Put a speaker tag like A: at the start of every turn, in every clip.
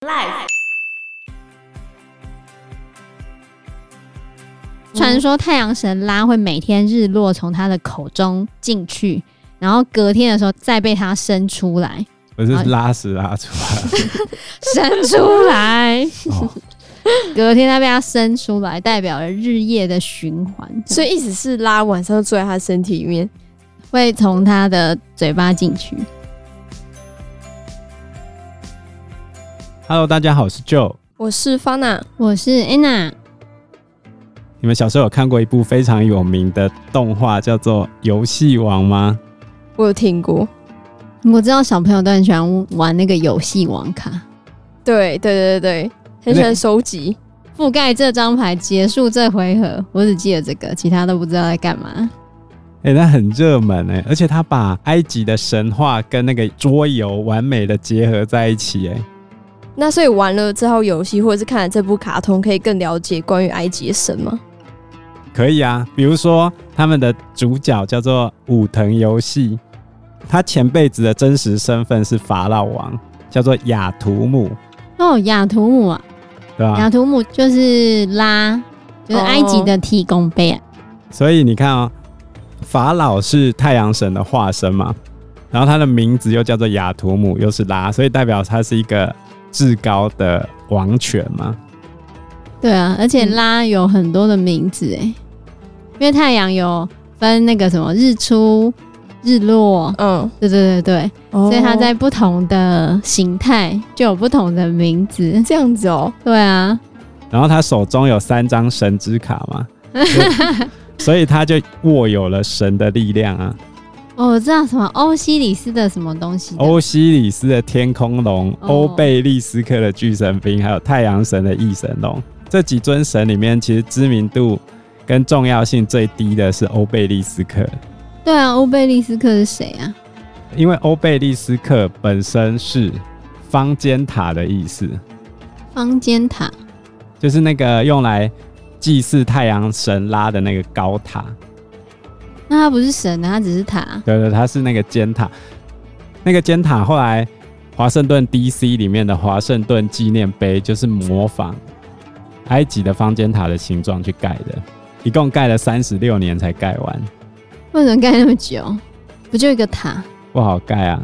A: Life
B: 传说太阳神拉会每天日落从他的口中进去，然后隔天的时候再被他伸出来，
C: 我是拉屎拉出来。
B: 伸出来，
C: 哦，
B: 隔天再被他伸出来，代表了日夜的循环，所
D: 所以意思是拉晚上就坐在他身体里面。
B: 以会从他的嘴巴进去。
C: Hello，大家好，我是 Joe。
D: 我是方娜，
B: 我是 Anna，
C: 你们小时候有看过一部非常有名的动画叫做《游戏王》吗？
D: 我有听过。
B: 我知道小朋友都很喜欢玩那个游戏王卡。
D: 对对对对，很喜欢收集。
B: 覆盖这张牌，结束这回合。我只记得这个，其他都不知道在干嘛。
C: 哎、那很热门哎、而且它把埃及的神话跟那个桌游完美的结合在一起哎、
D: 那所以玩了这套游戏，或者是看了这部卡通，可以更了解关于埃及的神吗？
C: 可以啊，比如说他们的主角叫做武藤游戏，他前辈子的真实身份是法老王，叫做雅图姆，
B: 哦，雅图姆啊，
C: 对吧、
B: 雅图姆就是拉，就是埃及的提供杯、啊。
C: 所以你看哦，法老是太阳神的化身嘛，然后他的名字又叫做雅图姆，又是拉，所以代表他是一个至高的王权嘛。
B: 对啊，而且拉有很多的名字哎、因为太阳有分那个什么日出、日落，
D: 嗯，
B: 对对对对，
D: 所
B: 所以它在不同的形态就有不同的名字。
D: 这样子哦。
B: 对啊，
C: 然后他手中有三张神之卡嘛，所以他就握有了神的力量啊。
B: 哦，我知道什么欧西里斯的什么东西的
C: 欧西里斯的天空龙、
B: 哦
C: 欧贝利斯克的巨神兵，还有太阳神的翼神龙，这几尊神里面，其实知名度跟重要性最低的是欧贝利斯克。
B: 对啊，欧贝利斯克是谁啊？
C: 因为欧贝利斯克本身是方尖塔的意思，
B: 方尖塔。
C: 就是那个用来祭祀太阳神拉的那个高塔。
B: 那它不是神啊，它只是塔。
C: 对对，它是那个尖塔。那个尖塔后来华盛顿 D.C. 里面的华盛顿纪念碑就是模仿埃及的方尖塔的形状去盖的，一共盖了三十六年才盖完，
B: 为什么盖那么久？不就一个塔？
C: 不好盖啊，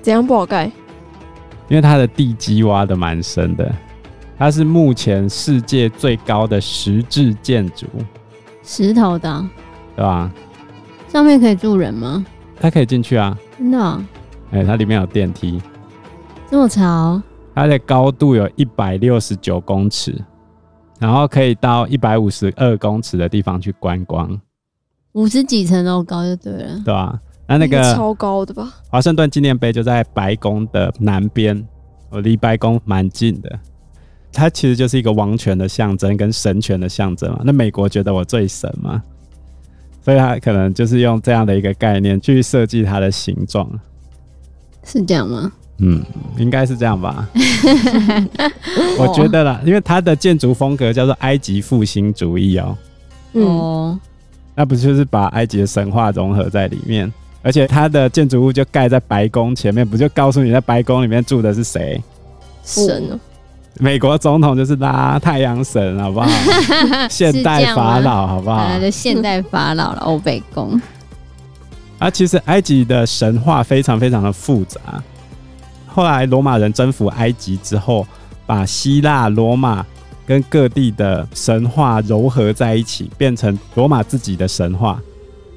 D: 怎样不好盖？
C: 因为它的地基挖的蛮深的。它是目前世界最高的石质建筑，
B: 石头的啊、
C: 对吧？
B: 上面可以住人吗？
C: 它可以进去啊，
B: 真的哦、
C: 哎、它里面有电梯，
B: 这么潮？
C: 它的高度有一百六十九公尺，然后可以到一百五十二公尺的地方去观光，
B: 五十几层楼高就对了。
C: 对吧、那那
D: 应该
C: 个
D: 超高的吧？
C: 华盛顿纪念碑就在白宫的南边，我离白宫蛮近的。它其实就是一个王权的象征，跟神权的象征嘛。那美国觉得我最神嘛，所以它可能就是用这样的一个概念去设计它的形状。
B: 是这样吗？
C: 嗯，应该是这 样吧。我觉得啦，因为它的建筑风格叫做埃及复兴主义哦，
D: 嗯，
B: 哦，
C: 那不就是把埃及的神话融合在里面？而且它的建筑物就盖在白宫前面，不就告诉你在白宫里面住的是谁？
D: 神哦。
C: 美国总统就是拉太阳神，好 不好？现
B: 是这
C: 代
B: 样吗呃
C: 法老，好不好？
B: 本来的啊现代法 老了，欧贝宫。
C: 啊，其实埃及的神话非常非常的复杂。后来罗马人征服埃及之后，把希腊、罗马跟各地的神话糅合在一起，变成罗马自己的神话。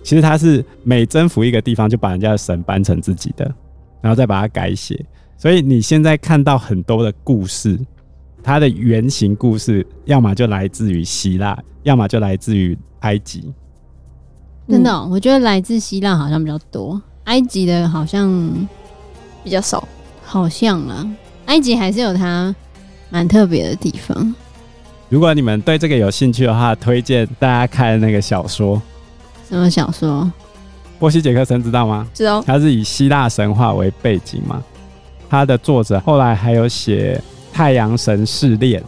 C: 其实它是每征服一个地方，就把人家的神搬成自己的，然后再把它改写。所以你现在看到很多的故事，它的原型故事要么就来自于希腊，要么就来自于埃及。
B: 真的哦、我觉得来自希腊好像比较多，埃及的好像
D: 比较少，
B: 好像啦，埃及还是有它蛮特别的地方。
C: 如果你们对这个有兴趣的话，推荐大家看那个小说《
B: 什么小说？
C: 波西·杰克森》，知道吗？
D: 知道？
C: 它是以希腊神话为背景嘛。它的作者后来还有写《太阳神试炼》，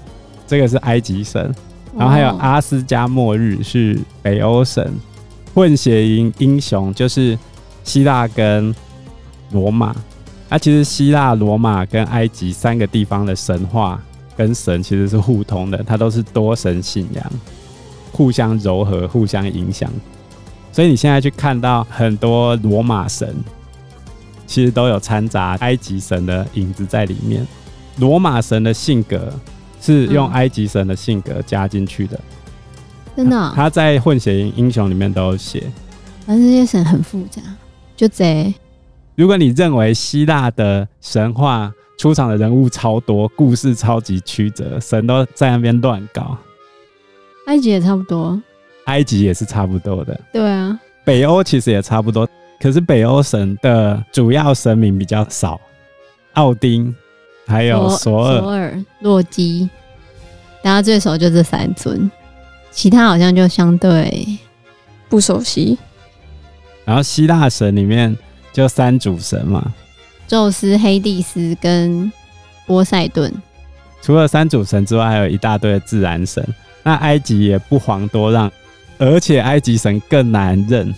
C: 这个是埃及神，然后还有啊
B: 哦
C: 阿斯加末日是北欧神，混血营英雄就是希腊跟罗马，啊，其实希腊、罗马跟埃及三个地方的神话跟神其实是互通的，它都是多神信仰，互相糅合、互相影响。所以你现在去看到很多罗马神，其实都有掺杂埃及神的影子在里面。罗马神的性格是用
B: 嗯
C: 埃及神的性格加进去的，
B: 真的哦、
C: 他在混血英雄里面都有写。
B: 反正这些神很复杂，就贼
C: 如果你认为希腊的神话出场的人物超多，故事超级曲折，神都在那边乱搞，
B: 埃及也差不多。
C: 埃及也是差不多的，
B: 对啊，
C: 北欧其实也差不多。可是北欧神的主要神明比较少，奥丁还有索尔，
B: 索尔、洛基，大家最熟就这三尊，其他好像就相对
D: 不熟悉。
C: 然后希腊神里面就三主神嘛。
B: 宙斯、黑帝斯跟波塞顿。
C: 除了三主神之外，还有一大堆的自然神。那埃及也不遑多让，而且埃及神更难认。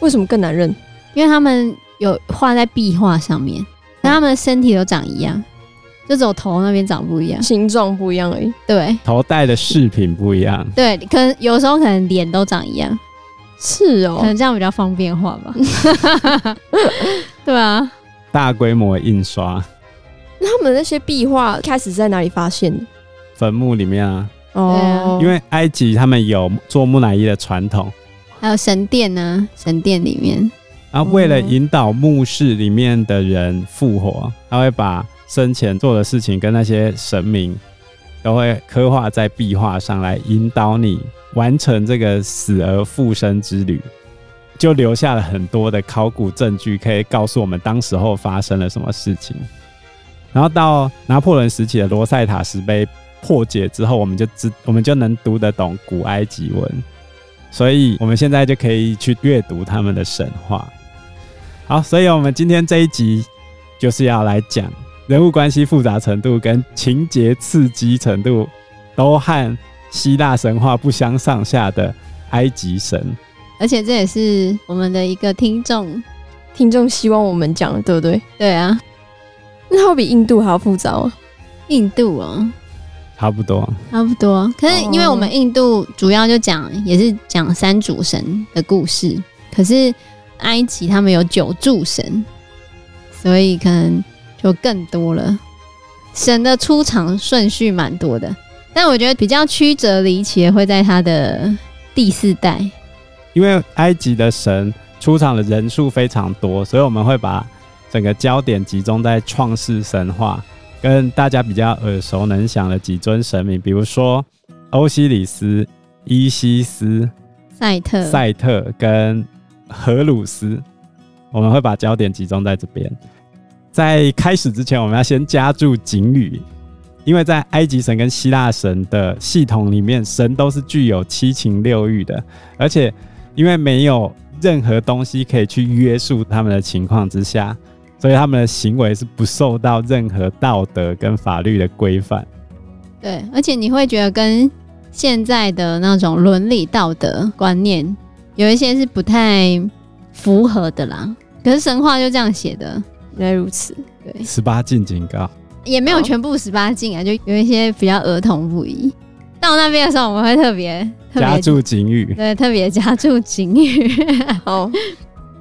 D: 为什么更难认？
B: 因为他们有画在壁画上面，但他们的身体都长一样，就只有头那边长不一样。
D: 形状不一样而已。
B: 对
C: 头戴的饰品不一样，
B: 对，可能有时候可能脸都长一样，
D: 是
B: 可
D: 哦，
B: 能这样比较方便画吧。 对啊，
C: 大规模印刷
D: 那他们那些壁画开始在哪里发现的？
C: 坟墓里面啊，
D: 哦，
C: 因为埃及他们有做木乃伊的传统，
B: 还有神殿呢、神殿里面，
C: 然啊后为了引导墓室里面的人复活，他会把生前做的事情跟那些神明都会刻画在壁画上来引导你完成这个死而复生之旅。就留下了很多的考古证据，可以告诉我们当时候发生了什么事情。然后到拿破仑时期的罗塞塔石碑破解之后，我们就知我们就能读得懂古埃及文，所以我们现在就可以去阅读他们的神话。好，所以我们今天这一集就是要来讲人物关系复杂程度跟情节刺激程度都和希腊神话不相上下的埃及神。
B: 而且这也是我们的一个听众。
D: 听众希望我们讲的，对不对？
B: 对啊，
D: 那它会比印度还要复杂吗？
B: 印度哦，
C: 差不多，
B: 差不多。可是
D: 哦
B: 因为我们印度主要就讲也是讲三主神的故事，可是埃及他们有九柱神，所以可能就更多了。神的出场顺序蛮多的，但我觉得比较曲折离奇的会在他的第四代。
C: 因为埃及的神出场的人数非常多，所以我们会把整个焦点集中在创世神话跟大家比较耳熟能详的几尊神明，比如说欧西里斯、伊西斯、
B: 赛特，
C: 赛特跟荷鲁斯，我们会把焦点集中在这边。在开始之前，我们要先加注警语，因为在埃及神跟希腊神的系统里面，神都是具有七情六欲的，而且因为没有任何东西可以去约束他们的情况之下，所以他们的行为是不受到任何道德跟法律的规范。
B: 对，而且你会觉得跟现在的那种伦理道德观念有一些是不太符合的啦。可是神话就这样写的，
D: 原来如此，
B: 对，
C: 十八禁警告，
B: 也没有
D: 好
B: 全部十八禁啊，就有一些比较儿童不宜。到那边的时候，我们会特别特
C: 加
B: 别
C: 注警语。
B: 对特别加注警语。
D: 好，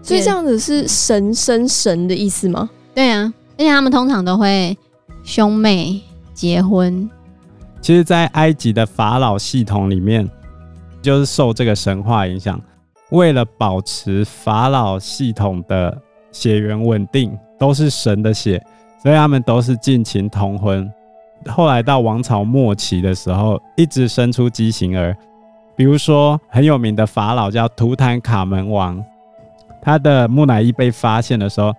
D: 所以这样子是神生神的意思吗？
B: 对啊，而且他们通常都会兄妹结婚，
C: 其实，在埃及的法老系统里面，就是受这个神话影响，为了保持法老系统的血缘稳定，都是神的血，所以他们都是近亲通婚。后来到王朝末期的时候，一直生出畸形儿，比如说很有名的法老叫图坦卡门王，他的木乃伊被发现的时候，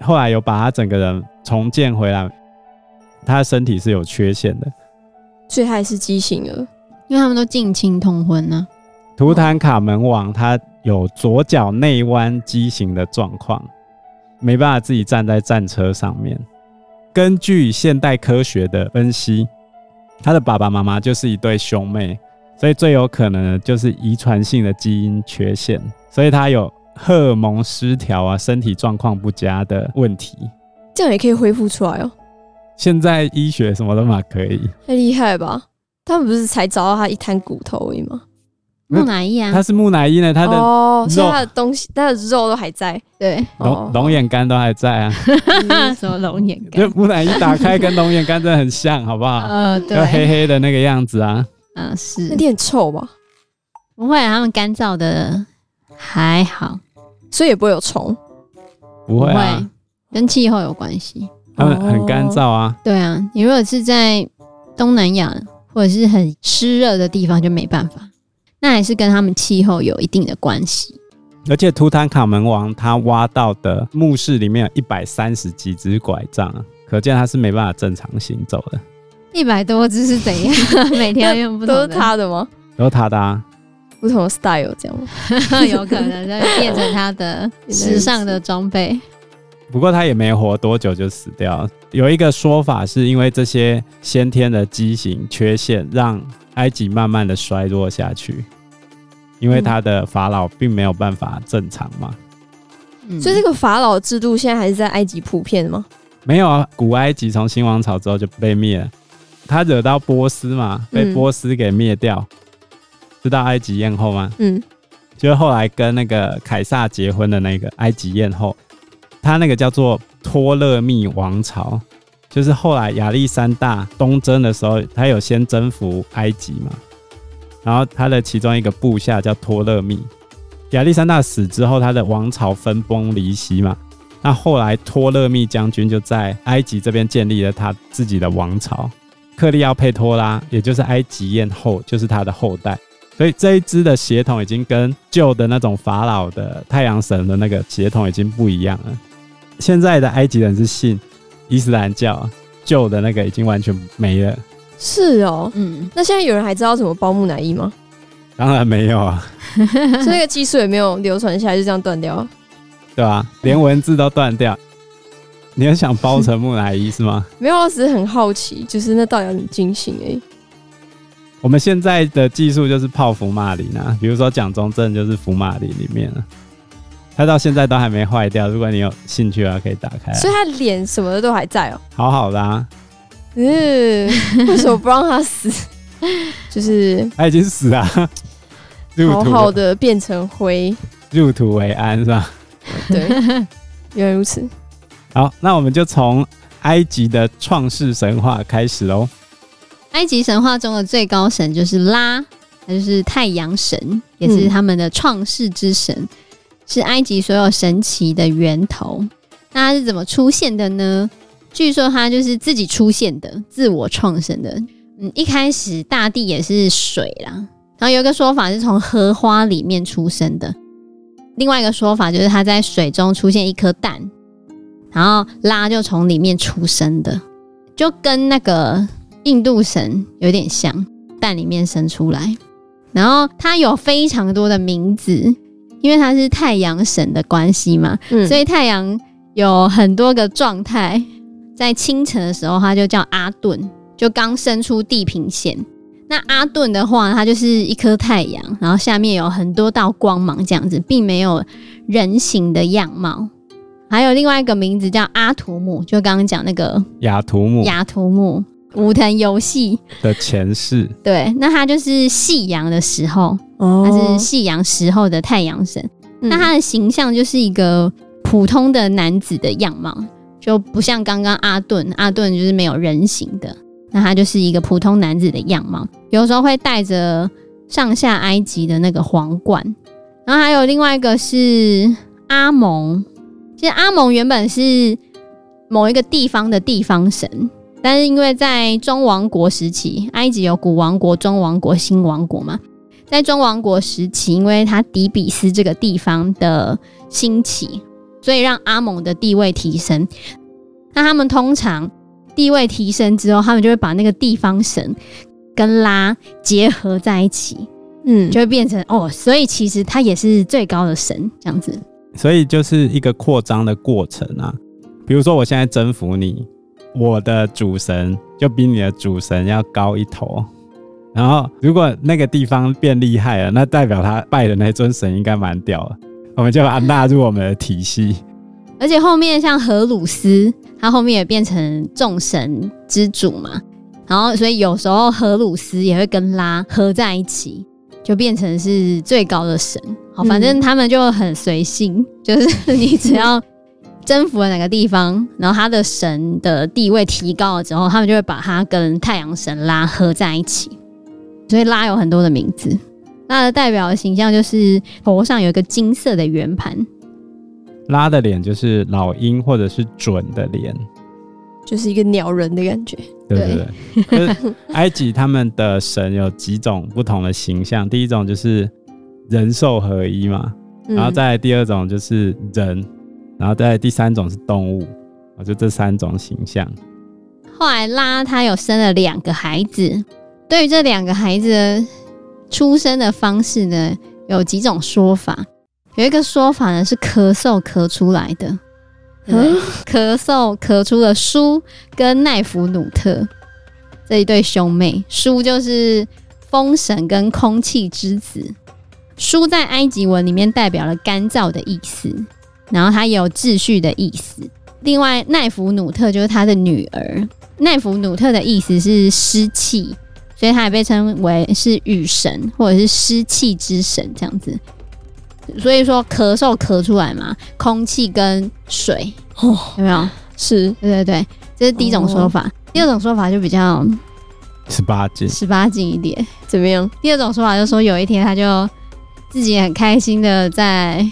C: 后来有把他整个人重建回来，他的身体是有缺陷的。
D: 所以它也是畸形儿。
B: 因为他们都近亲通婚啊呢、
C: 图坦卡门王他有左脚内弯畸形的状况，没办法自己站在战车上面。根据现代科学的分析，他的爸爸妈妈就是一对兄妹，所以最有可能的就是遗传性的基因缺陷，所以他有荷尔蒙失调啊、身体状况不佳的问题。
D: 这样也可以恢复出来哦，
C: 现在医学什么都嘛可以，
D: 太厉害了吧？他们不是才找到他一滩骨头而已吗？
C: 那
B: 木乃伊啊
C: 它，是木乃伊呢，它的
D: 哦，所以
C: 肉
D: 他的东西，他的肉都还在。哦嗯
B: 对，
C: 龙龙眼干都还在啊，
B: 什么龙眼
C: 就
B: 干？
C: 木乃伊打开跟龙眼干真的很像，好不好？
B: 呃，
C: 就黑
B: 对，
C: 黑的那个样子啊，
B: 嗯，
D: 那
B: 是
D: 天很臭吧？
B: 不会啊，他们干燥的还好，
D: 所以也不会有虫。
C: 不会啊，
B: 跟气候有关系。
C: 它们很干燥啊，
B: 对啊，你如果是在东南亚或者是很湿热的地方，就没办法。那还是跟他们气候有一定的关系。
C: 而且图坦卡门王他挖到的墓室里面有一百三十几只拐杖啊，可见他是没办法正常行走的，
B: 一百多只是怎样？ 每天要用不同
D: 都是
B: 的，
D: 他的吗？
C: 都他的啊，
D: 不同的 style 这样吗？
B: 有可能在变成他的时尚的装备。
C: 不过他也没活多久就死掉了。有一个说法是因为这些先天的畸形缺陷，让埃及慢慢的衰落下去，因为他的法老并没有办法正常嘛。
B: 嗯
D: 所以这个法老制度现在还是在埃及普遍的吗？
C: 没有啊，古埃及从新王朝之后就被灭了，他惹到波斯嘛，被
D: 嗯
C: 波斯给灭掉。知道埃及艳后吗？
D: 嗯，
C: 就是后来跟那个凯撒结婚的那个埃及艳后，她那个叫做托勒密王朝，就是后来亚历山大东征的时候，他有先征服埃及嘛，然后他的其中一个部下叫托勒密，亚历山大死之后，他的王朝分崩离析嘛。那后来托勒密将军就在埃及这边建立了他自己的王朝，克利奥佩托拉，也就是埃及艳后，就是他的后代。所以这一支的血统已经跟旧的那种法老的太阳神的那个血统已经不一样了。现在的埃及人是信伊斯兰教，旧的那个已经完全没了。
D: 是哦。
B: 嗯，
D: 那现在有人还知道怎么包木乃伊吗？
C: 当然没有啊，
D: 所以那个技术也没有流传下来，就这样断掉了。
C: 对吧、连文字都断掉。你很想包成木乃伊是吗？
D: 没有，我只是很好奇，就是那到底要怎么进行而已。
C: 我们现在的技术就是泡福马林啊，比如说蒋中正就是福马林里面了，它到现在都还没坏掉。如果你有兴趣的话，可以打开来
D: 所以他脸什么的都还在 哦。
C: 好好的啊，
D: 嗯，为什么不让他死？ 就是
C: 他已经死了啊，入
D: 好
C: 土
D: 好的变成灰。
C: 入土为安是吧？
D: 对，原来如此。
C: 好，那我们就从埃及的创世神话开始喽。
B: 埃及神话中的最高神就是拉，他就是太阳神，也是他们的创世之神，是埃及所有神奇的源头。那他是怎么出现的呢？据说他就是自己出现的，自我创生的。嗯，一开始大地也是水啦，然后有一个说法是从荷花里面出生的，另外一个说法就是他在水中出现一颗蛋，然后拉就从里面出生的，就跟那个印度神有点像，蛋里面生出来。然后它有非常多的名字，因为它是太阳神的关系嘛，
D: 嗯，
B: 所
D: 所以
B: 以太阳有很多个状态。在清晨的时候，它就叫阿顿，就刚伸出地平线。那阿顿的话，它就是一颗太阳，然后下面有很多道光芒，这样子，并没有人形的样貌。还有另外一个名字叫阿图姆，就刚刚讲那个
C: 雅图姆
B: 雅图姆武藤游戏，
C: 的前世，
B: 对，那他就是夕阳的时候，他
D: 哦
B: 是夕阳时候的太阳神。
D: 嗯
B: 那他的形象就是一个普通的男子的样貌，就不像刚刚阿顿，阿顿就是没有人形的，那他就是一个普通男子的样貌。有时候会戴着上下埃及的那个皇冠，然后还有另外一个是阿蒙，其实阿蒙原本是某一个地方的地方神，但是因为在中王国时期，埃及有古王国、中王国、新王国嘛，在中王国时期，因为它底比斯这个地方的兴起，所以让阿蒙的地位提升。那他们通常地位提升之后，他们就会把那个地方神跟拉结合在一起，
D: 嗯，
B: 就会变成哦，所以其实他也是最高的神这样子。
C: 所以就是一个扩张的过程啊。比如说，我现在征服你，我的主神就比你的主神要高一头。然后，如果那个地方变厉害了，那代表他拜的那尊神应该蛮屌了，我们就把它纳入我们的体系。
B: 而且后面像荷鲁斯，他后面也变成众神之主嘛。然后，所以有时候荷鲁斯也会跟拉合在一起，就变成是最高的神。好，反正
D: 嗯
B: 他们就很随性，就是你只要征服了哪个地方，然后他的神的地位提高了之后，他们就会把他跟太阳神拉合在一起。所以拉有很多的名字，拉的代表的形象就是头上有一个金色的圆盘，
C: 拉的脸就是老鹰或者是准的脸，
D: 就是一个鸟人的感觉。
C: 对不对？ 就是埃及他们的神有几种不同的形象，第一种就是人兽合一嘛，
D: 嗯
C: 然后再来第二种就是人，然后再来第三种是动物，啊，就这三种形象。
B: 后来拉他有生了两个孩子，对于这两个孩子的出生的方式呢，有几种说法。有一个说法呢是咳嗽咳出来的，
D: 嗯
B: 咳嗽咳出了舒跟奈弗努特这一对兄妹。舒就是风神跟空气之子，舒在埃及文里面代表了干燥的意思，然后它也有秩序的意思。另外，奈弗努特就是他的女儿。奈弗努特的意思是湿气，所以他也被称为是雨神或者是湿气之神这样子。所以说咳嗽咳出来嘛，空气跟水
D: 哦，
B: 有没有？
D: 是哦
B: 对对对，这是第一种说法。第二种说法就比较
C: 十八禁，
B: 十八禁一点。
D: 怎么样？
B: 第二种说法就说有一天他就自己很开心的在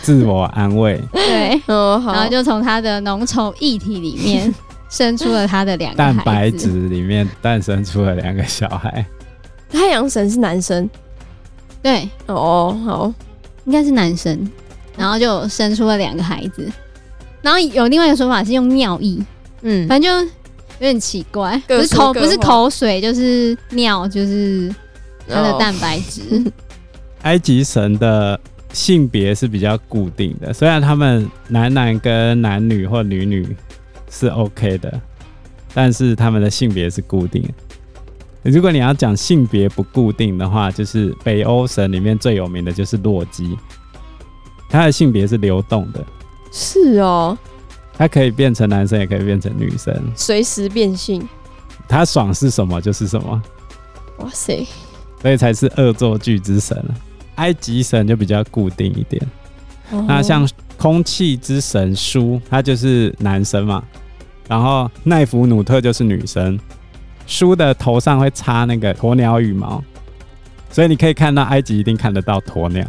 C: 自我安慰。
B: 对，
D: 哦，好，
B: 然后就从他的浓稠液体里 面生出了他的两个
C: 蛋
B: 孩
C: 白
B: 子。
C: 质里面诞生出了两个小孩，
D: 太阳神是男生
B: 对，
D: 哦，好，
B: 应该是男生，然后就生出了两个孩子。然后有另外一个说法是用尿液，
D: 嗯，
B: 反正就有点奇怪，
D: 各
B: 不是
D: 说
B: 口
D: 各
B: 不是
D: 话
B: 口水就是尿，就是它的
D: 哦
B: 蛋白质。
C: 埃及神的性别是比较固定的，虽然他们男男跟男女或女女是 OK 的，但是他们的性别是固定的。如果你要讲性别不固定的话，就是北欧神里面最有名的就是洛基，他的性别是流动的，
D: 是哦，
C: 他可以变成男生，也可以变成女生，
D: 随时变性，
C: 他爽是什么就是什么。
D: 哇塞，
C: 所以才是恶作剧之神了。埃及神就比较固定一点，那
D: 哦
C: 像空气之神舒，他就是男生嘛，然后奈弗努特就是女生。舒的头上会插那个鸵鸟羽毛，所以你可以看到埃及一定看得到鸵鸟，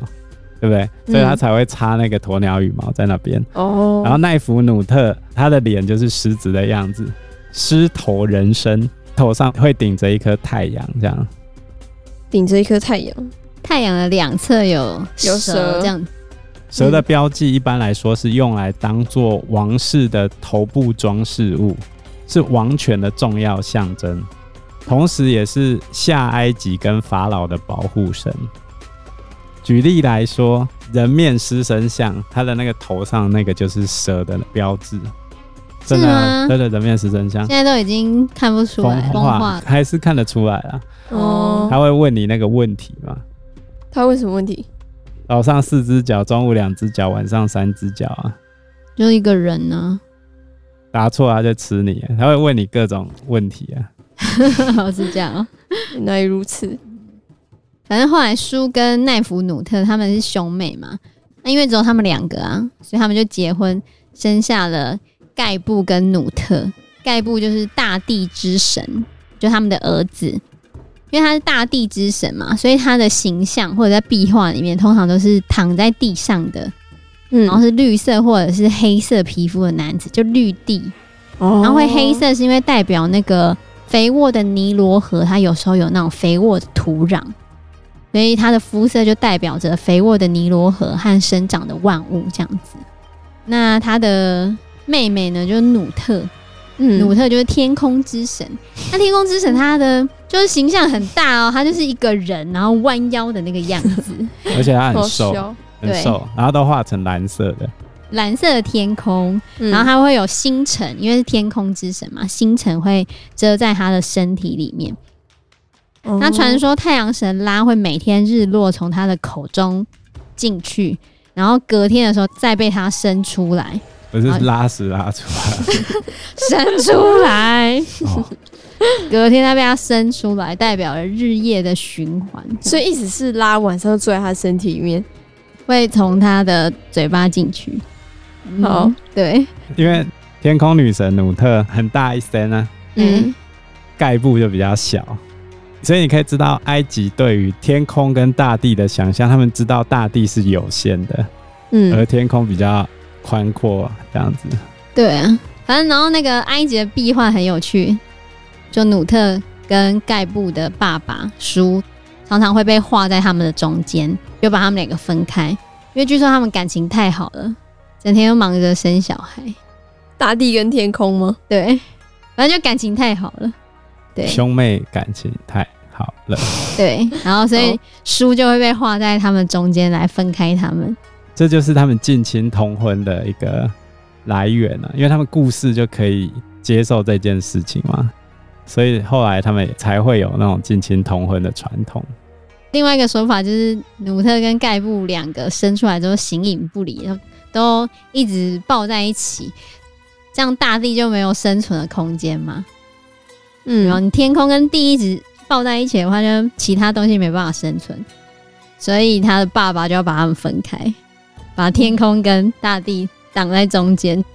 C: 对不对？所以他
D: 嗯
C: 才会插那个鸵鸟羽毛在那边。
D: 哦，
C: 然后奈弗努特他的脸就是狮子的样子，狮头人身，头上会顶着一颗太阳这样。
D: 顶着一颗太阳，
B: 太阳的两侧有
D: 有蛇
B: 这样
C: 蛇的标记一般来说是用来当做王室的头部装饰物，是王权的重要象征，同时也是下埃及跟法老的保护神。举例来说，人面狮身像，它的那个头上那个就是蛇的标志，真的啊，
B: 是吗
C: 对对，人面狮身像，
B: 现在都已经看不出来
C: 啊风
B: 风
C: 化
B: 化，
C: 还是看得出来啊。
D: 哦
C: 他会问你那个问题嘛？
D: 他问什么问题？
C: 早上四只脚，中午两只脚，晚上三只脚啊。
B: 就是一个人呢、
C: 答错他就吃你，他会问你各种问题啊。
B: 是这样哦。
D: 原来如此，
B: 反正后来舒跟奈弗努特他们是兄妹嘛，那因为只有他们两个啊，所以他们就结婚，生下了盖布跟努特。盖布就是大地之神，就他们的儿子，因为他是大地之神嘛，所以他的形象或者在壁画里面通常都是躺在地上的，
D: 嗯
B: 然后是绿色或者是黑色皮肤的男子，就绿地。然
D: 哦然
B: 后会黑，色是因为代表那个肥沃的尼罗河，它有时候有那种肥沃的土壤，所以它的肤色就代表着肥沃的尼罗河和生长的万物这样子。那它的妹妹呢，就是努特，
D: 嗯
B: 努特就是天空之神。那天空之神他的就是形象很大哦，他就是一个人，然后弯腰的那个样子，
C: 而且他很
D: 好
C: 瘦，
D: 笑，
C: 很
B: 对
C: 瘦，然后都画成蓝色的。
B: 蓝色的天空，然后
D: 他
B: 它会有星辰，因为是天空之神嘛，星辰会遮在他的身体里面。那
D: 哦
B: 传说太阳神拉会每天日落从他的口中进去，然后隔天的时候再被他生出来，
C: 我是拉屎拉出来。
B: 生出来，
C: 哦，
B: 隔天它被它生出来，代表了日夜的循环，
D: 哦所以意思是拉晚上就坐在他身体里面。
B: 会从它的嘴巴进去。嗯
D: 好，
B: 对，
C: 因为天空女神努特很大一身啊，
B: 嗯
D: 嗯，
C: 盖布就比较小，所以你可以知道埃及对于天空跟大地的想象，他们知道大地是有限的，而
D: 嗯，
C: 天空比较宽阔，这样子。
B: 对啊，反正然后那个埃及的壁画很有趣，就努特跟盖布的爸爸叔常常会被画在他们的中间，就把他们两个分开，因为据说他们感情太好了，整天都忙着生小孩，
D: 大地跟天空吗？
B: 对，反正就感情太好了，对
C: 兄妹感情太好了，
B: 对，然后所以
D: 哦
B: 叔就会被画在他们中间来分开他们，
C: 这就是他们近亲通婚的一个来源了、啊，因为他们故事就可以接受这件事情嘛，所以后来他们也才会有那种近亲通婚的传统。
B: 另外一个说法就是，努特跟盖布两个生出来之后形影不离，都一直抱在一起，这样大地就没有生存的空间嘛。然后
D: 嗯，
B: 你天空跟地一直抱在一起的话，就其他东西没办法生存，所以他的爸爸就要把他们分开，把天空跟大地挡在中间。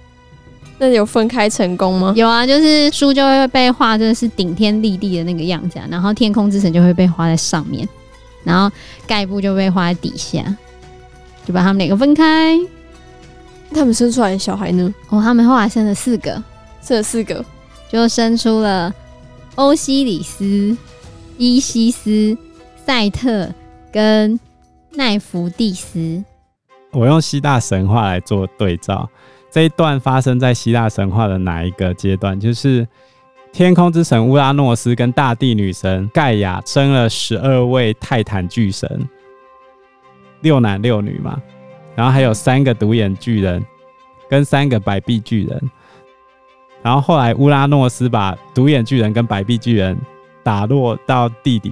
D: 那有分开成功吗？
B: 有啊，就是书就会被画，真的是顶天立地的那个样子、啊，然后天空之城就会被画在上面，然后盖布就被画在底下，就把他们两个分开。
D: 他们生出来的小孩呢？
B: 哦，他们后来生了四个，
D: 生了四个，
B: 就生出了欧西里斯、伊西斯、赛特跟奈芙蒂斯。
C: 我用希腊神话来做对照，这一段发生在希腊神话的哪一个阶段？就是天空之神乌拉诺斯跟大地女神盖亚生了十二位泰坦巨神，六男六女嘛，然后还有三个独眼巨人跟三个白臂巨人，然后后来乌拉诺斯把独眼巨人跟白臂巨人打落到地底，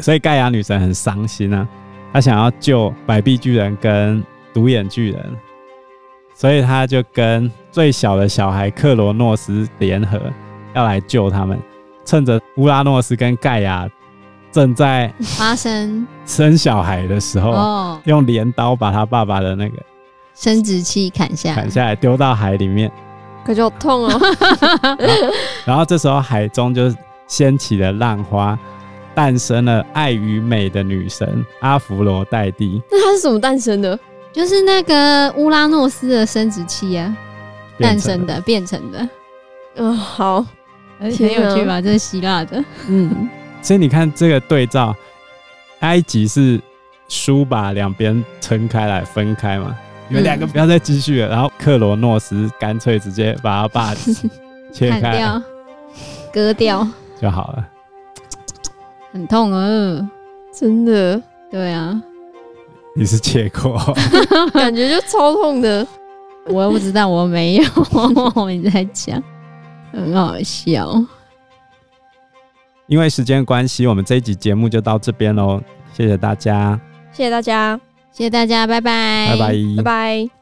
C: 所以盖亚女神很伤心啊。他想要救百臂巨人跟独眼巨人，所以他就跟最小的小孩克罗诺斯联合，要来救他们。趁着乌拉诺斯跟盖亚正在
B: 发生
C: 生小孩的时候，
B: 哦，
C: 用镰刀把他爸爸的那个
B: 生殖器砍下，
C: 砍下来，丢到海里面。
D: 可就好痛 哦。
C: 然后这时候海中就掀起了浪花，诞生了爱与美的女神阿芙罗黛蒂，
D: 那他是怎么诞生的？
B: 就是那个乌拉诺斯的生殖器啊，
C: 变
B: 诞
C: 成
B: 生
C: 了
B: 的变成的。
D: 嗯，好，
B: 哎很
D: 天
B: 有趣
D: 啊
B: 吧？这是希腊的，
D: 嗯，
C: 所以你看这个对照，埃及是书把两边撑开来分开嘛，你们两个不要再继续了。然后克罗诺斯干脆直接把他把 切
B: 砍
C: 开来
B: 掉、割掉，
C: 就好了。
B: 很痛哦。
D: 真的
B: 对啊，
C: 你是切过，
D: 感觉就超痛的。
B: 我又不知道，我没有， 你在讲，很好笑。
C: 因为时间关系，我们这一集节目就到这边喽，谢谢大家，
D: 谢谢大家，
B: 谢谢大家，拜拜，
C: 拜拜
D: 拜拜。